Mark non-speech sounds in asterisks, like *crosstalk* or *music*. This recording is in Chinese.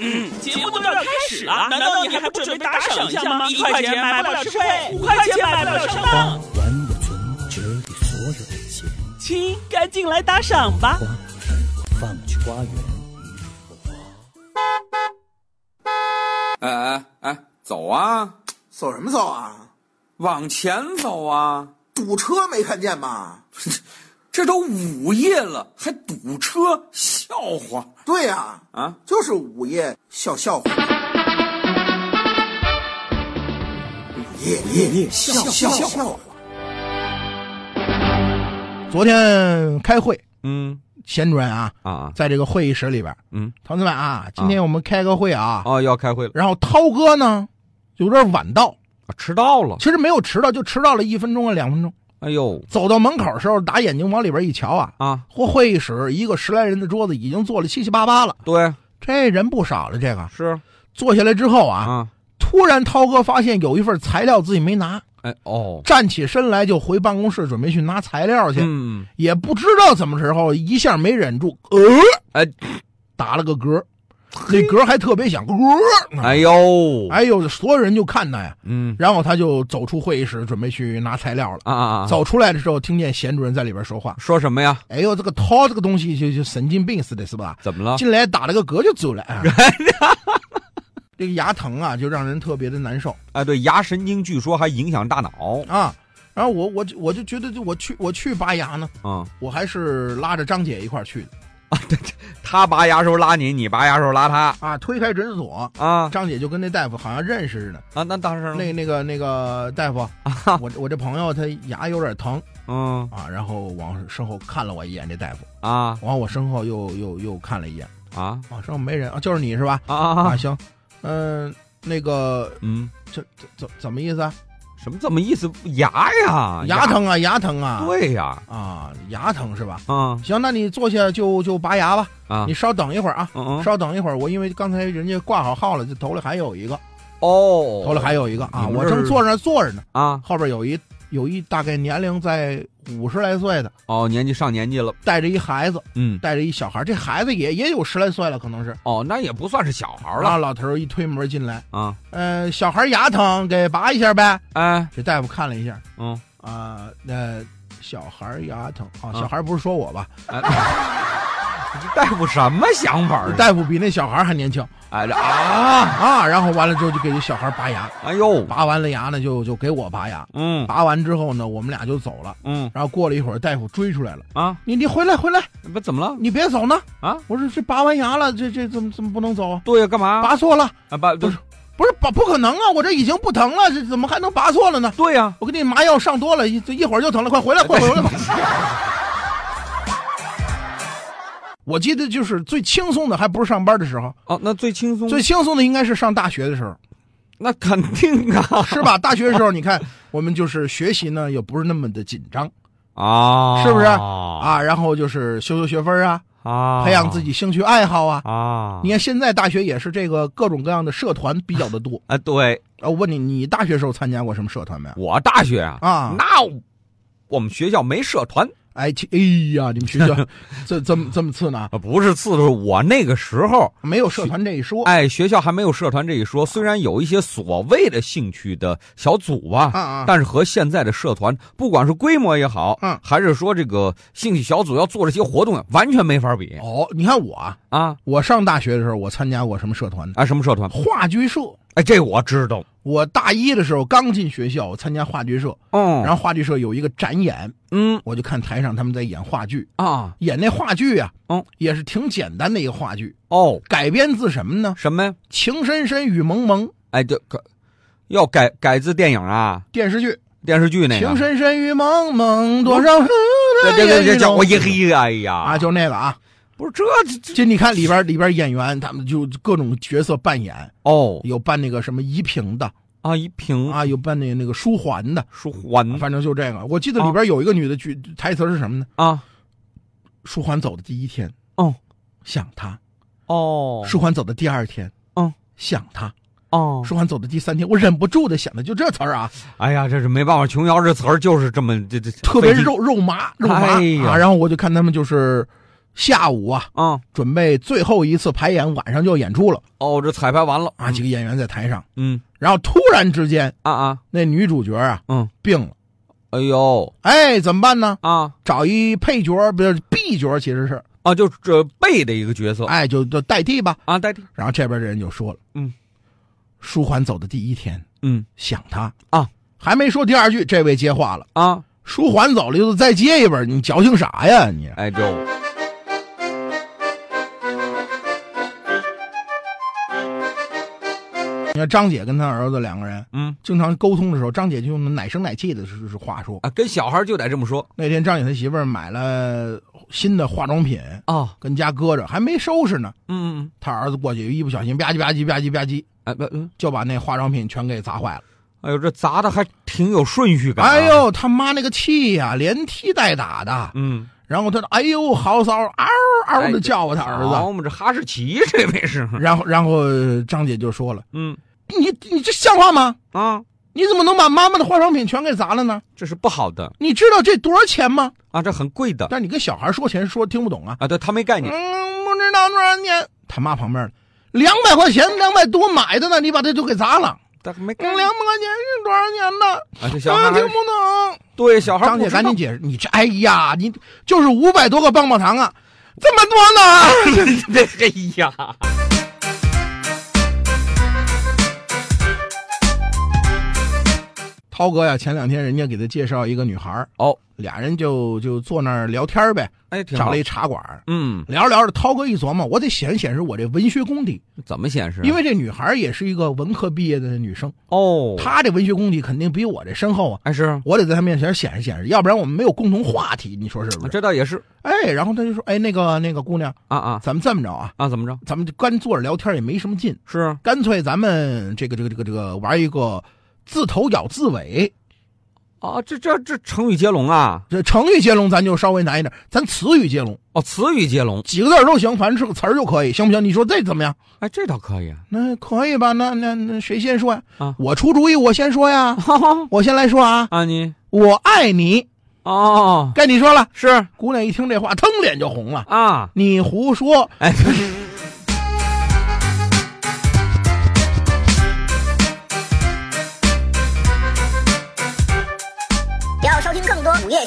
嗯，节目都要开始了，难道你还不准备打赏一下吗？一块钱买不了吃亏，五块钱买不了上花当。完我存折里所有的钱，亲，赶紧来打赏吧！花儿我放去花园。哎哎哎，走啊，走什么走啊？往前走啊！堵车没看见吗？这都午夜了，还堵车，笑话对呀、啊！就是午夜笑笑话。夜夜夜笑笑笑话。昨天开会，嗯贤主任啊，啊在这个会议室里边，嗯，同志们啊，今天我们开个会啊，哦，要开会了，然后涛哥呢有点晚到，啊迟到了。其实没有迟到，就迟到了一分钟啊两分钟。哎呦走到门口的时候，打眼睛往里边一瞧啊，啊，或会议室一个十来人的桌子已经坐了七七八八了，对，这人不少了。这个是坐下来之后啊，啊，突然涛哥发现有一份材料自己没拿，哎哦，站起身来就回办公室准备去拿材料去，嗯，也不知道怎么时候一下没忍住，呃，哎打了个嗝，那嗝还特别响，嗝，哎呦，哎呦，所有人就看他呀，嗯然后他就走出会议室，准备去拿材料了。啊啊啊，走出来的时候，听见贤主任在里边说话说什么呀：“？哎呦，这个涛这个东西就就神经病似的，是吧？怎么了？进来打了个嗝就走了。哎 *laughs* 这个牙疼啊，就让人特别的难受哎，对，牙神经据说还影响大脑。啊。然后我我就我就觉得，就我去我去拔牙呢，嗯，我还是拉着张姐一块儿去的他拔牙时候拉你，你拔牙时候拉他啊。推开诊所，啊张姐就跟那大夫好像认识似的。啊，那当然了。那那个那个大夫，我我这朋友他牙有点疼嗯啊，然后往身后看了我一眼，这大夫啊往我身后又又又看了一眼，啊啊，身后没人啊，就是你是吧？啊啊啊，啊！行，嗯，那个嗯，这这怎怎么意思啊？什么怎么意思？牙呀，牙。疼啊，牙疼啊，对呀，啊，牙疼是吧？啊行，那你坐下就就拔牙吧，啊你，稍等一会儿啊，嗯嗯，稍等一会儿，我因为刚才人家挂好号了，这头里还有一个，哦，头里还有一个啊，你们我这正是坐着坐着呢，啊，后边有一有一大概年龄在五十来岁的。哦，年纪上年纪了，带着一孩子，嗯，带着一小孩，这孩子也也有十来岁了，可能是。哦，那也不算是小孩然了后老头一推门进来，啊，呃，小孩牙疼，给拔一下呗。哎，这大夫看了一下，嗯，啊、那、小孩牙疼啊啊，小孩不是说我吧？哎，大夫什么想法儿？啊大夫比那小孩还年轻哎这啊，啊。然后完了之后就给这小孩拔牙，哎呦，拔完了牙呢就就给我拔牙，嗯拔完之后呢我们俩就走了。嗯然后过了一会儿，大夫追出来了，啊，你你回来回来，不怎么了？你别走呢啊！我说这拔完牙了，这这怎么怎么不能走啊？对呀，干嘛？拔错了。啊，拔不不是不是拔不可能啊！我这已经不疼了，这怎么还能拔错了呢？对呀，我给你麻药上多了，一这一会儿就疼了，快回来，快回来！快 *laughs* 回来我记得就是最轻松的，还不是上班的时候，哦，那最轻松，最轻松的应该是上大学的时候，那肯定 *laughs* 啊是吧？大学的时候，你看我们就是学习呢，也不是那么的紧张啊，是不是啊啊，然后就是修修学分啊，啊培养自己兴趣爱好啊。啊？你看现在大学也是这个各种各样的社团比较的多。啊，对啊，我问你，你大学时候参加过什么社团没有？我大学啊，啊，那我们学校没社团哎，其哎呀，你们学校这这么这么次呢？啊，不是次数，我那个时候没有社团这一说。哎，学校还没有社团这一说，虽然有一些所谓的兴趣的小组啊，啊啊但是和现在的社团，不管是规模也好，嗯还是说这个兴趣小组要做这些活动，完全没法比哦，你看我啊，啊我上大学的时候，我参加过什么社团呢？啊！什么社团？话剧社。哎，这我知道，我大一的时候刚进学校，我参加话剧社，嗯，然后话剧社有一个展演，嗯我就看台上他们在演话剧，啊演那话剧啊，嗯，也是挺简单的一个话剧，哦，改编自什么呢？什么呀？ 《情深深雨蒙蒙》哎，这可要改改自电影啊，电视剧，电视剧那情个。哦深深雨蒙蒙，多 *laughs* 少哎这这这这叫我一黑黑，哎呀啊，就那个啊。不是这这这你看里边里边演员他们就各种角色扮演，哦有扮那个什么怡平的啊一瓶啊，有扮那个那个书桓的，书桓反正就这个。我记哦得里边有一个女的剧台词是什么呢？啊书桓走的第一天，哦，想他；哦书桓走的第二天，嗯，想他；哦书桓走的第三天，我忍不住的想的就这词儿啊，哎呀，这是没办法，琼瑶这词儿就是这么这这特别费劲肉肉麻肉麻哎呀啊。然后我就看他们就是下午啊，啊，准备最后一次排演，晚上就要演出了哦，这彩排完了啊。几个演员在台上，嗯然后突然之间，啊啊，那女主角啊嗯，病了，哎呦哎，怎么办呢？啊找一配角，不是 B 角，其实是，啊，就这背的一个角色哎，就就代替吧。啊，代替，然后这边的人就说了，嗯，舒缓走的第一天，嗯想他啊，还没说第二句，这位接话了，啊，舒缓走了就再接一本，你矫情啥呀你？哎就你看张姐跟她儿子两个人嗯经常沟通的时候，张姐就用奶声奶气的是是话说。啊，跟小孩就得这么说那天张姐她媳妇儿买了新的化妆品，啊，跟家搁着还没收拾呢，嗯嗯，她儿子过去一不小心吧唧吧唧吧唧吧唧哎不，嗯就把那化妆品全给砸坏了。哎呦，这砸的还挺有顺序感、啊哎，呦他妈那个气呀、连踢带打的。嗯，然后他哎呦嚎骚嗷嗷的叫我他儿好子。啊嘛，这哈士奇这位是，然后然后张姐就说了嗯：“你你这像话吗？啊，你怎么能把妈妈的化妆品全给砸了呢？这是不好的你知道这多少钱吗？啊，这很贵的但你跟小孩说钱说听不懂啊。”啊，对他没概念，嗯，不知道多少年。他妈旁边的，两百块钱，两百多买的呢，你把这就给砸了。他没概两百念块钱是多少年的？啊，这小孩嗯，还听不懂。对小孩张不姐知道赶紧解释，你这哎呀，你就是五百多个棒棒糖啊，这么多呢？这 *laughs* 这哎呀，涛哥呀，前两天人家给他介绍一个女孩儿哦，俩人就就坐那儿聊天儿呗，哎，挺找好了一，茶馆儿。嗯，聊着聊着，涛哥一琢磨，我得显示显示我这文学功底，怎么显示？啊因为这女孩儿也是一个文科毕业的女生，哦，她这文学功底肯定比我这深厚啊。哎是，我得在他面前显示显示，要不然我们没有共同话题，你说是不是？啊这倒也是哎，然后他就说，哎，那个那个姑娘，啊啊咱们这么着啊，啊，怎么着？咱们就干坐着聊天也没什么劲，是啊干脆咱们这个这个这个这个玩一个自头咬自尾，啊，这这这成语接龙啊，这成语接龙咱就稍微难一点，咱词语接龙，哦，词语接龙，几个字儿都行，反正是个词儿就可以，行不行？你说这怎么样？哎，这倒可以啊，那可以吧？那那那谁先说呀？啊我出主意，我先说呀，我先来说啊，啊你我爱你，哦该你说了。是姑娘一听这话，腾脸就红了，啊，你胡说！哎，要收听更多午夜